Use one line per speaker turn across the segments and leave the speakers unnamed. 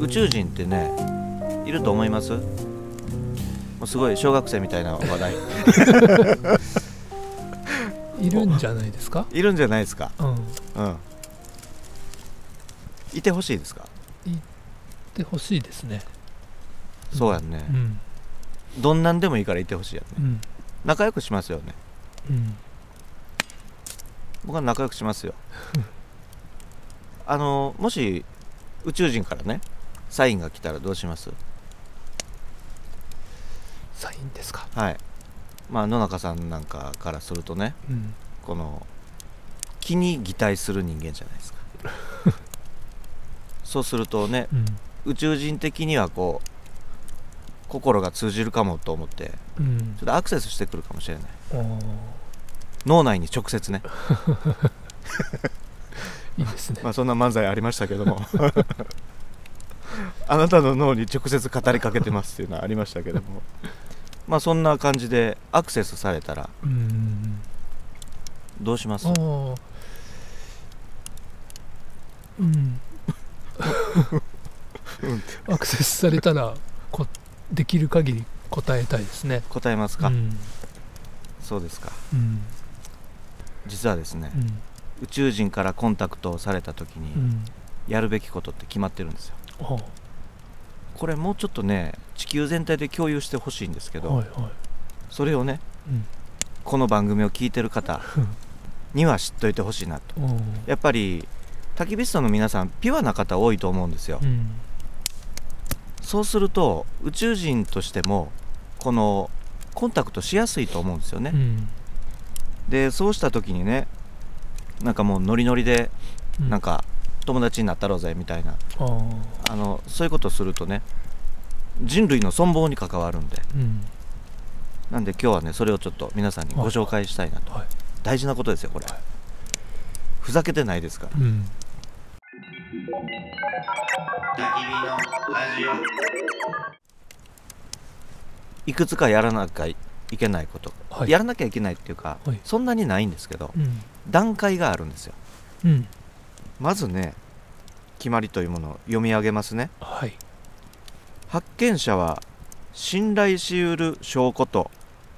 宇宙人ってねいると思いますもうすごい小学生みたいな話題
いるんじゃないですか
いるんじゃないですか
うん
うんいてほしいですか
で欲しいですね
そうやんね
う、ん
どんなんでもいいからいてほしいやんね
うん
仲良くしますよね
うん
僕は仲良くし ますよあのもし宇宙人からねサインが来たらどうします
サインですか
はいまあ野中さんなんかからするとね
うん
この気に擬態する人間じゃない ですかそうするとね
うん
宇宙人的にはこう心が通じるかもと思って
うん
ちょっとアクセスしてくるかもしれない
おー
脳内に直接ね
いいですね
まあそんな漫才ありましたけ どもあなたの脳に直接語りかけてますっていうのはありましたけどもまあそんな感じでアクセスされたら
うんうん
どうします
うんおーうん
うん
アクセスされたらこできる限り答えたいですね
答えますか、
うん
そうですか
うん
実はですね
う、ん
宇宙人からコンタクトをされた時
う
に
ん
やるべきことって決まってるんですよ
おー
これもうちょっとね地球全体で共有してほしいんですけど、
はいは
それをね、
うん
この番組を聞いてる 方には知っといてほしいなと
いおー
やっぱり焚き火ストの皆さんピュアな方多いと思うんですよ、
うん
そうすると宇宙人としてもこのコンタクトしやすいと思うんですよね、
うん
でそうした時にねなんかもうノリノリで
うん
なんか友達になったろうぜみたいな
ああ
あのそういうことするとね人類の存亡に関わるんで
うん
なんで今日はねそれをちょっと皆さんにご紹介したいなと、
はい
大事なことですよこれ、
はい
ふざけてないですから
うん
いくつかやらなきゃいけないこと、
はい
やらなきゃいけないっていうか、
はい
そんなにないんですけど
うん
段階があるんですよ
うん
まずね決まりというものを読み上げますね
はい
発見者は信頼しうる証拠と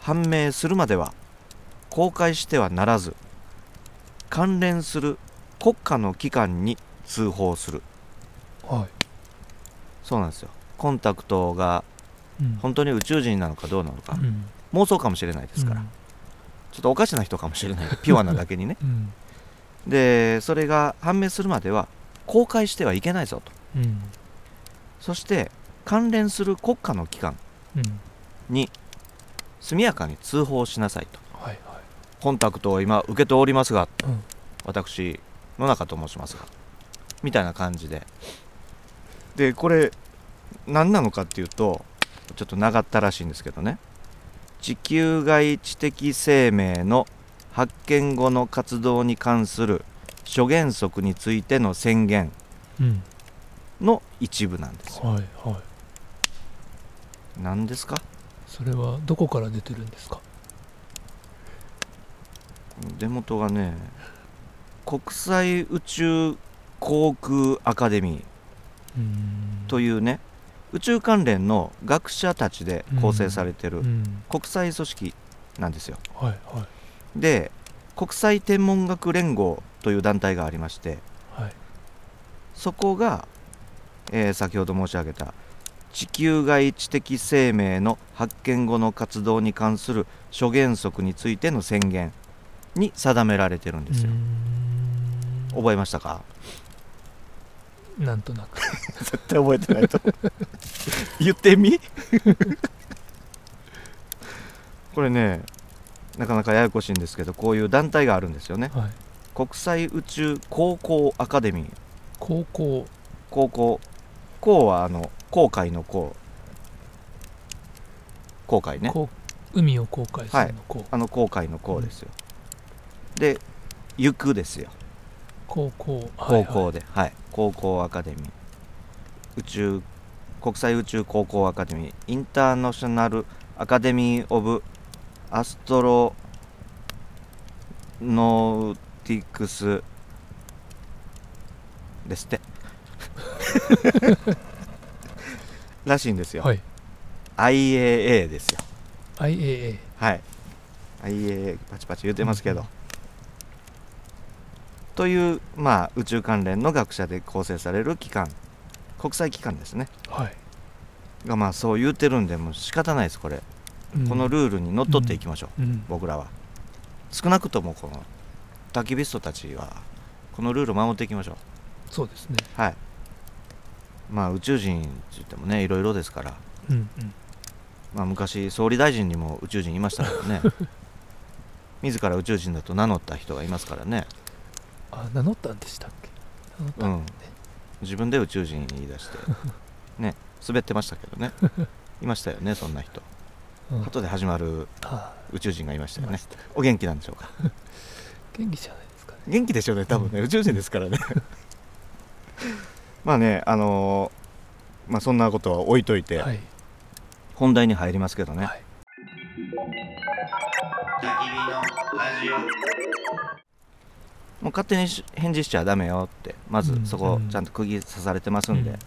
判明するまでは公開してはならず関連する国家の機関に通報する
は
そうなんですよコンタクトが
いうん
本当に宇宙人なのかどうなのか、
うん
妄想かもしれないですから、ちょっとおかしな人かもしれない ピュアなだけにね
うん
でそれが判明するまでは公開してはいけないぞと
うん
そして関連する国家の機関
うん
に速やかに通報しなさいと
はいは
コンタクトを今受けておりますが、
うん
私野中と申しますがみたいな感じででこれ何なのかっていうとちょっと長ったらしいんですけどね地球外知的生命の発見後の活動に関する諸原則についての宣言
いうん
の一部なんですよ
はいはい
何ですか
それはどこから出てるんですか
出元がね国際宇宙航空アカデミー
うん
というね宇宙関連の学者たちで構成されてる
うん
国際組織なんですよ
はいは
で国際天文学連合という団体がありまして
いはい
そこが、えー先ほど申し上げた地球外知的生命の発見後の活動に関する諸原則についての宣言に定められてるんですよ、
うん
覚えましたか
なんとなく
絶対覚えてないと 言ってみこれねなかなかややこしいんですけどこういう団体があるんですよね
はい
国際宇宙高校アカデミー
高校
高校高はあの航海の高航海ね
こう海を航海するのこう
あの航海の高ですよ、で行くですよ
高校
高校で、はい高校アカデミー宇宙国際宇宙高校アカデミーインターナショナルアカデミー・オブ・アストロノーティク スですってらしいんですよ、
はい
IAA ですよ
IAA
はい IAA パチパチ言ってますけど、という、まあ、宇宙関連の学者で構成される機関国際機関ですね
はい、
がまあそう言ってるんでもう仕方ないですこれ、
うん
このルールにのっとっていきましょう、
うん
僕らは少なくともこの焚き火ストたちはこのルールを守っていきましょう
そうですね
はいまあ宇宙人って言ってもねいろいろですから、
うん
まあ、昔総理大臣にも宇宙人いましたから ね自ら宇宙人だと名乗った人がいますからね、
あ名乗ったんでしたっけ名乗った
うんん、自分で宇宙人言い出してね滑ってましたけどねいましたよねそんな人
うん
後で始まる
あ
宇宙人がいまし
ー
た
い
よ
ま
ね
した
お元気なんでしょうか
元気じゃないですかね
元気でしょうね多分ね、宇宙人ですからね まあねあのーまあそんなことは置いといて、
はい
本題に入りますけどね、
はい
もう勝手にし返事しちゃダメよってまず
うん
そこ
うん
ちゃんと釘刺されてますんで、
うん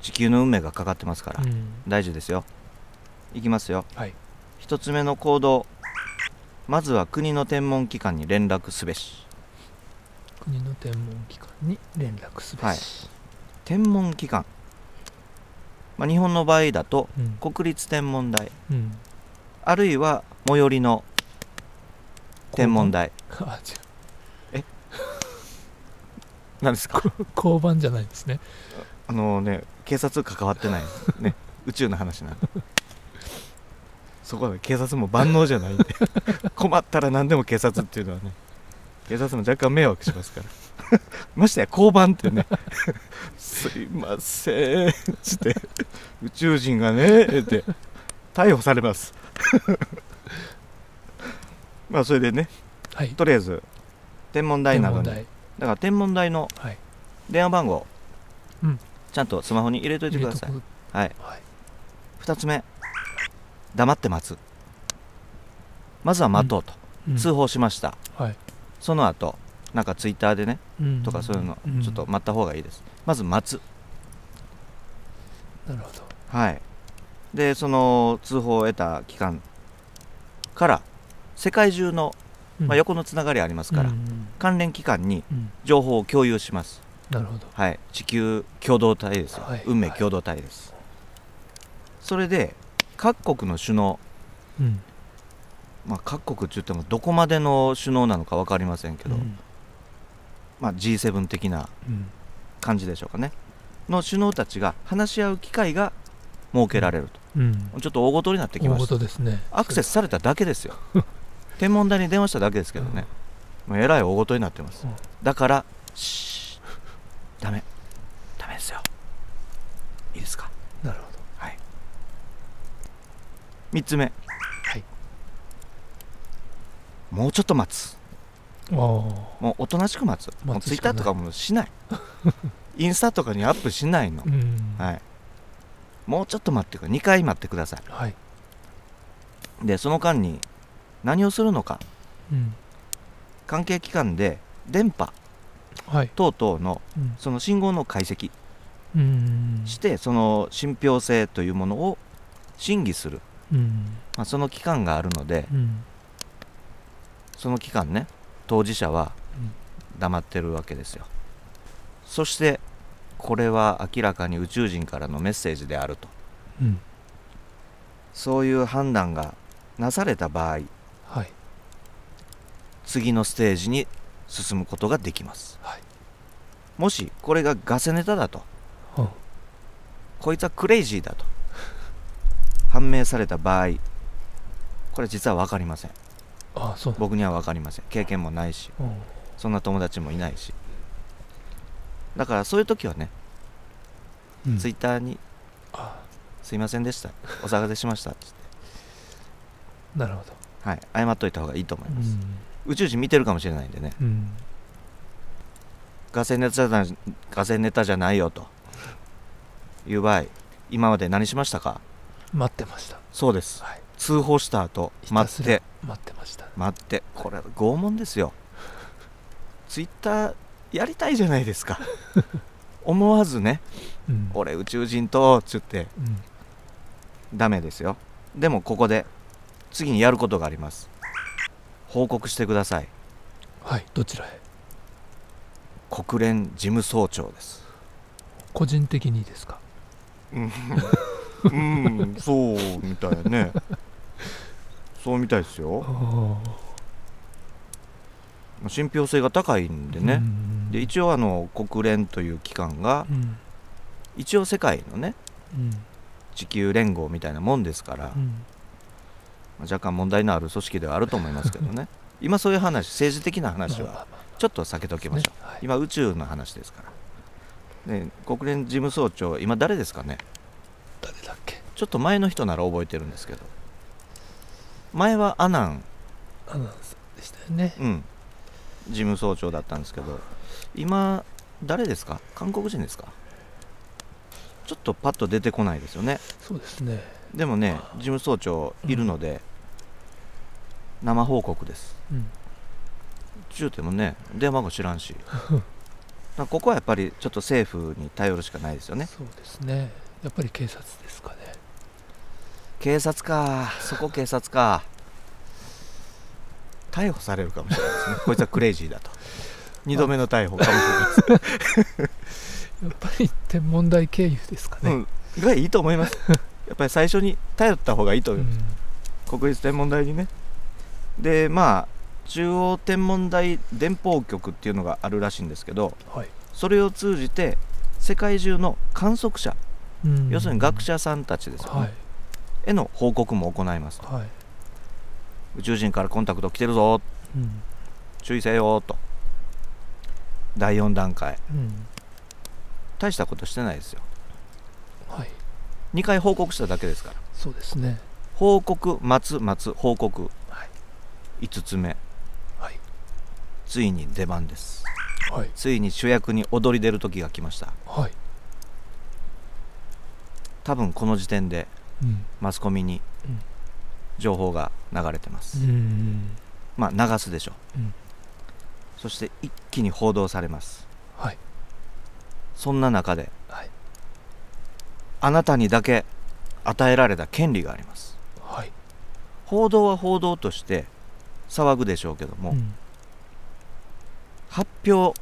地球の運命がかかってますから、
うん
大事ですよいきますよ
はい
一つ目の行動まずは国の天文機関に連絡すべし
国の天文機関に連絡すべし、
はい天文機関、まあ、日本の場合だと
うん
国立天文台
うん、
あるいは最寄りの天文
台
台
あ違う
なんですか
交番じゃないんですね
あのね警察関わってないね宇宙の話なんでそこはね警察も万能じゃないんで困ったら何でも警察っていうのはね警察も若干迷惑しますからましてや交番ってねすいませんつって宇宙人がねって逮捕されますまあそれでね
はい
とりあえず天文台
天
など
文
に
台
だから天文台の
はい
電話番号、
うん
ちゃんとスマホに入れといてください
入れと
はい
くはい
2つ目黙って待つまずは待とうと、
うん
通報しました
はい
その後なんかツイッターでね
うん
とかそういうの
うん
ちょっと待った方がいいです、まず待つ
なるほど
はいでその通報を得た期間から世界中の、
うん
まあ、横のつながりありますから、
うん
関連機関に
うん
情報を共有します
なるほど
はい、地球共同体ですよ、
はい
運命
はい
共同体です、それで各国の首脳、
うん
まあ、各国って言ってもどこまでの首脳なのか分かりませんけど、
うん
まあ、G7 的な
うん
感じでしょうかねの首脳たちが話し合う機会が設けられると、
うん
ちょっと大ごとになってき
大
ま
ご
した
とですね
アクセスされただけ ですよ天文台に電話しただけですけどね、もうえらい大ごとになってます
うん
だからシーダメダメですよいいですか
なるほど
3つ目
はい
もうちょっと待つ
あ
もうおとなしく待つもう
待つ
ツイ
し
ッター
かない
とかもしない インスタとかにアップしないの
あ、うん
はいもうちょっと待ってください2回待ってくださ
はい、
いでその間に何をするのか
うん、
関係機関で電波
はい、
等々の
うん
その信号の解析
うん、
してその信憑性というものを審議する、
うん、
まあ、その機関があるので
うん、
その期間ね当事者は
うん
黙ってるわけですよそしてこれは明らかに宇宙人からのメッセージであると
うん、
そういう判断がなされた場合
はい、
次のステージに進むことができます、
はい
もしこれがガセネタだと
は
こいつはクレイジーだと判明された場合これ実は分かりません
あ、あ、そうだ、
僕には分かりません経験もないし
うん、
そんな友達もいないしだからそういう時はね
うん
ツイッターに
あ、
「すいませんでしたお騒がせしました」っつって、
なるほど、
はい、謝っといた方がいいと思いうます、
ん、
宇宙人見てるかもしれないんでね
うん、
ガセネタじゃないガセネタじゃないよという場合今まで何しましたか
待ってました、
そうです
はい、
通報した後
ひた
待
す
っ
ら
て
待ってました、
待ってこれ 拷問ですよツイッターやりたいじゃないですか思わずね
うん
「俺宇宙人と」っつって
うん
ダメですよでもここで次にやることがあります報告してください
はいどちらへ
国連事務総長 です
個人的にですか
うん、うん、そうみたいねそうみたいですよ
あ
信憑性が高いん
あ
でね、
うん
で一応あの国連という機関が
うん
一応世界のね
うん
地球連合みたいなもんですから、
うん
まあ若干問題のある組織ではあると思いますけど ね今そういう話政治的な話
ま
は
あまあまあ
ちょっと避けときましょう、
ねはい
今宇宙の話ですから、ね、国連事務総長今誰ですかね
誰だっけ
ちょっと前の人なら覚えてるんですけど前はアナン、
アナウンサーでしたよね
うん、事務総長だったんですけど今誰ですか韓国人ですかちょっとパッと出てこないですよね
そうですね
でもね事務総長いるので、生報告です
うん
ちゅうてもね電話も知らんしなここはやっぱりちょっと政府に頼るしかないですよね
そうですねやっぱり警察ですかね
警察かそこ警察か逮捕されるかもしれないですねこいつはクレイジーだと2度目の逮捕かもしれないです
やっぱり天文台経由ですか、
う
ね
ん、がいいと思い ますやっぱり最初に頼った方がいいと
う
思います、
ん
国立天文台にねでまあ中央天文台電報局っていうのがあるらしいんですけど
はい
それを通じて世界中の観測者、
うん
要するに学者さんたちですよね、
はい
への報告も行いますと
はい
宇宙人からコンタクト来てるぞ
うん
注意せよと第4段階
うん
大したことしてないですよ
はい
2回報告しただけですから
そうですね
報告待つ待つ報告、
は
5つ目、
はい
ついに出番です
はい
ついに主役に躍り出る時が来ました
はい
多分この時点で
うん
マスコミに
うん
情報が流れてます、
うん
まあ流すでしょう、
うん
そして一気に報道されます
はい
そんな中で、
はい
あなたにだけ与えられた権利があります
はい
報道は報道として騒ぐでしょうけども、
うん
発表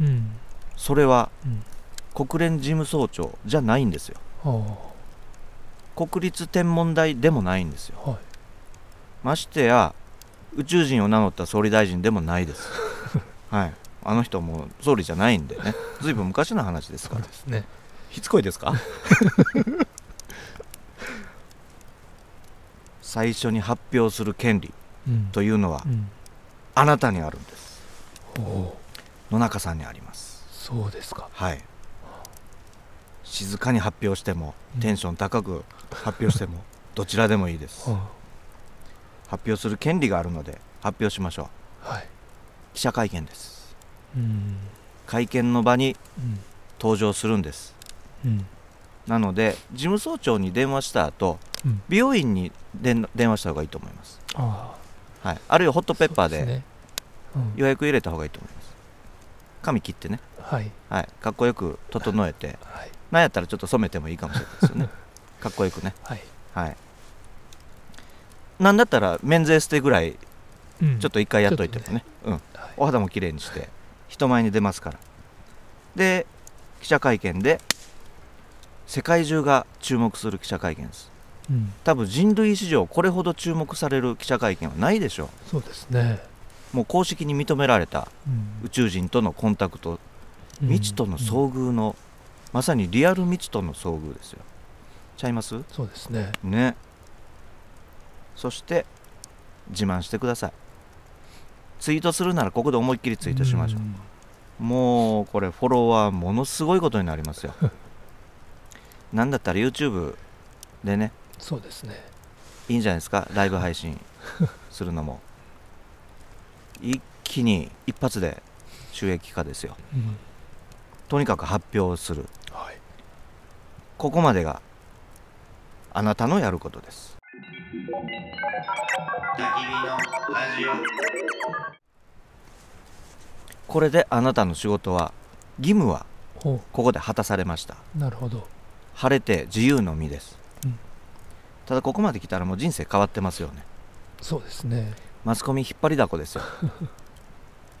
うん
それは
うん
国連事務総長じゃないんですよ
は
国立天文台でもないんですよ
あはい
ましてや宇宙人を名乗った総理大臣でもない ですはいあの人もう総理じゃないんでねずいぶん昔の話です
そ
か
う
ら
ですね
しつこいですか 最初に発表する権利
うん
というのは
うん
あなたにあるんです
おお
野中さんにあります
そうですか
はい静かに発表してもテンション高く発表して もどちらでもいいです
は
発表する権利があるので発表しましょう
あはい
記者会見です
うん
会見の場に
うん
登場するんです
うん
なので事務総長に電話した後、
うん
美容院に電電話した方がいいと思います、
ああ
はい、あるいはホットペッパー
そう
です
ねうん
予約入れた方がいいと思います髪切ってね、
はい
はい、かっこよく整えて
はい
なんやったらちょっと染めてもいいかもしれないです よねかっこよくね
はい
はいなんだったら免税捨てぐらい
うん
ちょっと一回やっといてもね,、うん、
はい
お肌も綺麗にして人前に出ますからで記者会見で世界中が注目する記者会見です
うん
多分人類史上これほど注目される記者会見はないでしょ
そうですね
うもう公式に認められた宇宙人とのコンタクト
うん
未知との
うん
遭遇のまさにリアル未知との遭遇ですよちゃいます
そうですね
ねそして自慢してくださいツイートするならここで思いっきりツイートしましょう、
ん
もうこれフォロワーものすごいことになりますよなんだったら YouTube でね
そうですね
いいんじゃないですかライブ配信するのも一気に一発で収益化ですよ
うん
とにかく発表する
はい
ここまでがあなたのやることですこれであなたの仕事は義務は
ほ
ここで果たされました
うなるほど
晴れて自由の身です、
うん
ただここまで来たらもう人生変わってますよね
そうですね
マスコミ引っ張りだこです よ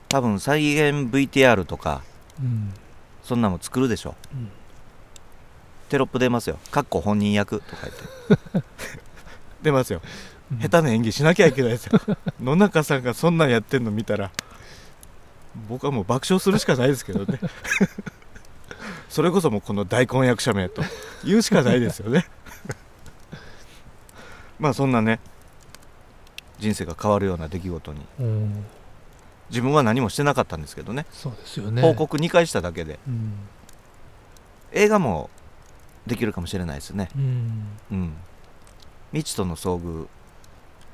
多分再現 VTR とか
うん
そんなもん作るでしょ
うん
テロップ出ますよ「かっこ本人役」とか言って出ますよ
うん
下手な演技しなきゃいけないですよ野中さんがそんなんやってんの見たら僕はもう爆笑するしかないですけどねそれこそもうこの大根役者名と言うしかないですよねまあそんなね人生が変わるような出来事に
うん
自分は何もしてなかったんですけどね
そうですよね
報告2回しただけで
うん、
映画もできるかもしれないですね
うん、
うん未知との遭遇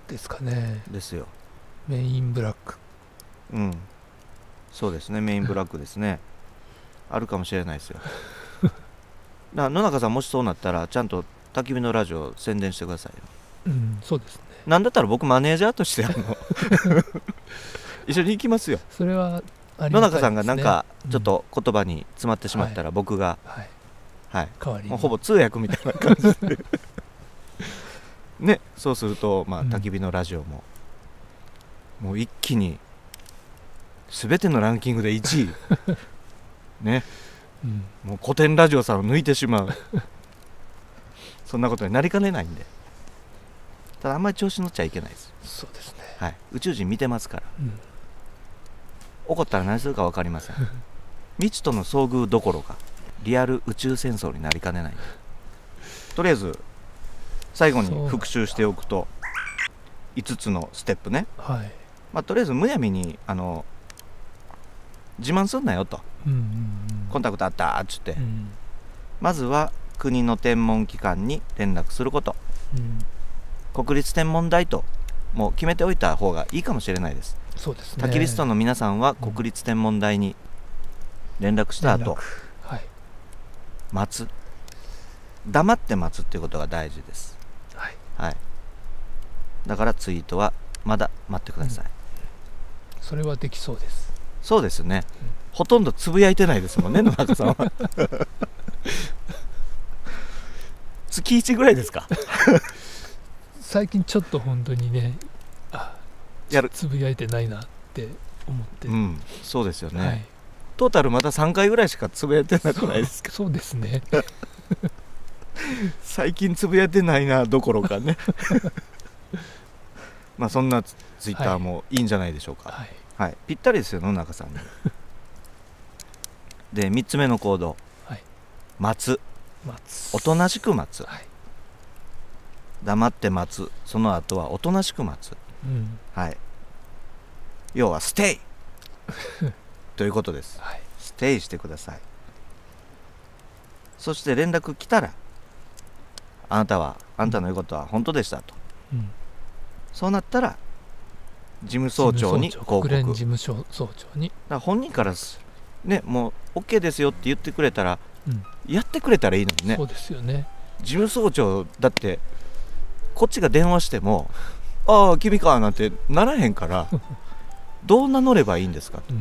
ですかね
ですよ
メインブラック
うんそうですねメインブラックです ねあるかもしれないですよ だから野中さんもしそうなったらちゃんと焚き火のラジオ宣伝してくださいよ
うんそうですね
なんだったら僕マネージャーとしてあ の一緒に行きますよ
それはあり
野
がたいで
中さ
す、ね、
んがなんか
うん
ちょっと言葉に詰まってしまったら僕が、
はい
はい、
代わりに
もうほぼ通訳みたいな感じでね そうするとまあ
うん
焚き火のラジオも、もう一気に全てのランキングで1位 ね
うん
もう古典ラジオさんを抜いてしまうそんなことになりかねないんでただあんまり調子乗っちゃいけないです、
そうですね
はい、宇宙人見てますから
うん
怒ったら何するか分かりま せん未知との遭遇どころかリアル宇宙戦争になりかねないとりあえず最後に復習しておくと5つのステップね、
はい
まあ、とりあえずむやみにあの自慢すんなよと
うんうんうん
コンタクトあったっつって、
うん
まずは国の天文機関に連絡すること
うん
国立天文台ともう決めておいた方がいいかもしれないです、
そうですね
タキリストの皆さんは国立天文台に連絡した後、
はい
待つ黙って待つっていうことが大事です
はい
はいだからツイートはまだ待ってください、
それはできそうです
そうですね、
うん
ほとんどつぶやいてないです もんね野中さんは月1ぐらいです か
最近ちょっと本当にねあ
やる
つぶやいてないなって思って、
うんそうですよね、
はい
トータルまだ3回ぐらいしかつぶやいてなくないですか
そうですね
最近つぶやいてないなどころかねまあそんなツイッターもいいんじゃないでしょうか、
はい
はい、ぴったりですよ野中 さんにで3つ目の行動、
はい
待つ
待つ
おとなしく待つ
はい
黙って待つその後はおとなしく待つ
うん
はい要はステ イということです
はい
ステイしてくださいそして連絡来たらあなたはあなたの言うことは本当でしたと
うん
そうなったら事務総長に
事
報告
務国連事務所総長に
だから本人からすねもう OK ですよって言ってくれたら、
うん
やってくれたらいいのにね
そうですよね
事務総長だってこっちが電話しても「ああ君か」なんてならへんから どう名乗ればいいんですか
うん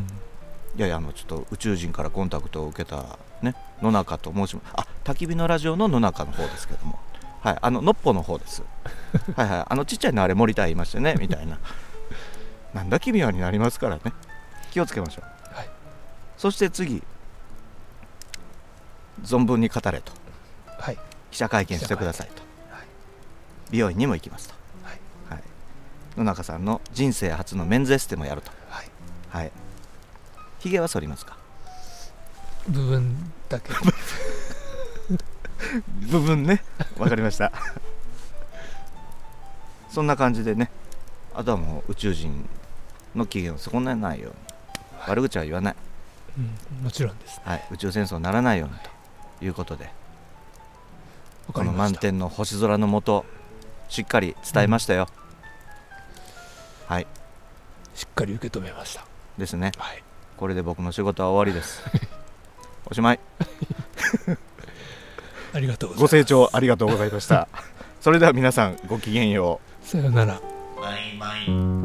いやいやあのちょっと宇宙人からコンタクトを受けた、ね、野中と申しますあ焚き火のラジオの野中の方ですけどもはいあののっぽの方 ですはいはいあのちっちゃいのあれ森田言いましてねみたいななんだ君はになりますからね気をつけましょう、
はい、
そして次存分に語れと
はい
記者会見してくださいと、
はい
美容院にも行きますと、
はい
はい野中さんの人生初のメンズエステもやると
はい
はいひげは剃りますか
部分だけ
部分ねわかりましたそんな感じでねあとはもう宇宙人の起源を損なわないように悪口は言わない、
うんもちろんです
はい、宇宙戦争にならないようにということで
わか
こ
り
の
まし
満
た
天の星空の下しっかり伝えましたよ、はい
しっかり受け止めました
ですね
はい
これで僕の仕事は終わりです おしまい
ありがとうござい
ご清
ます
聴ありがとうございましたそれでは皆さんごきげんよう
さよなら
バイバイ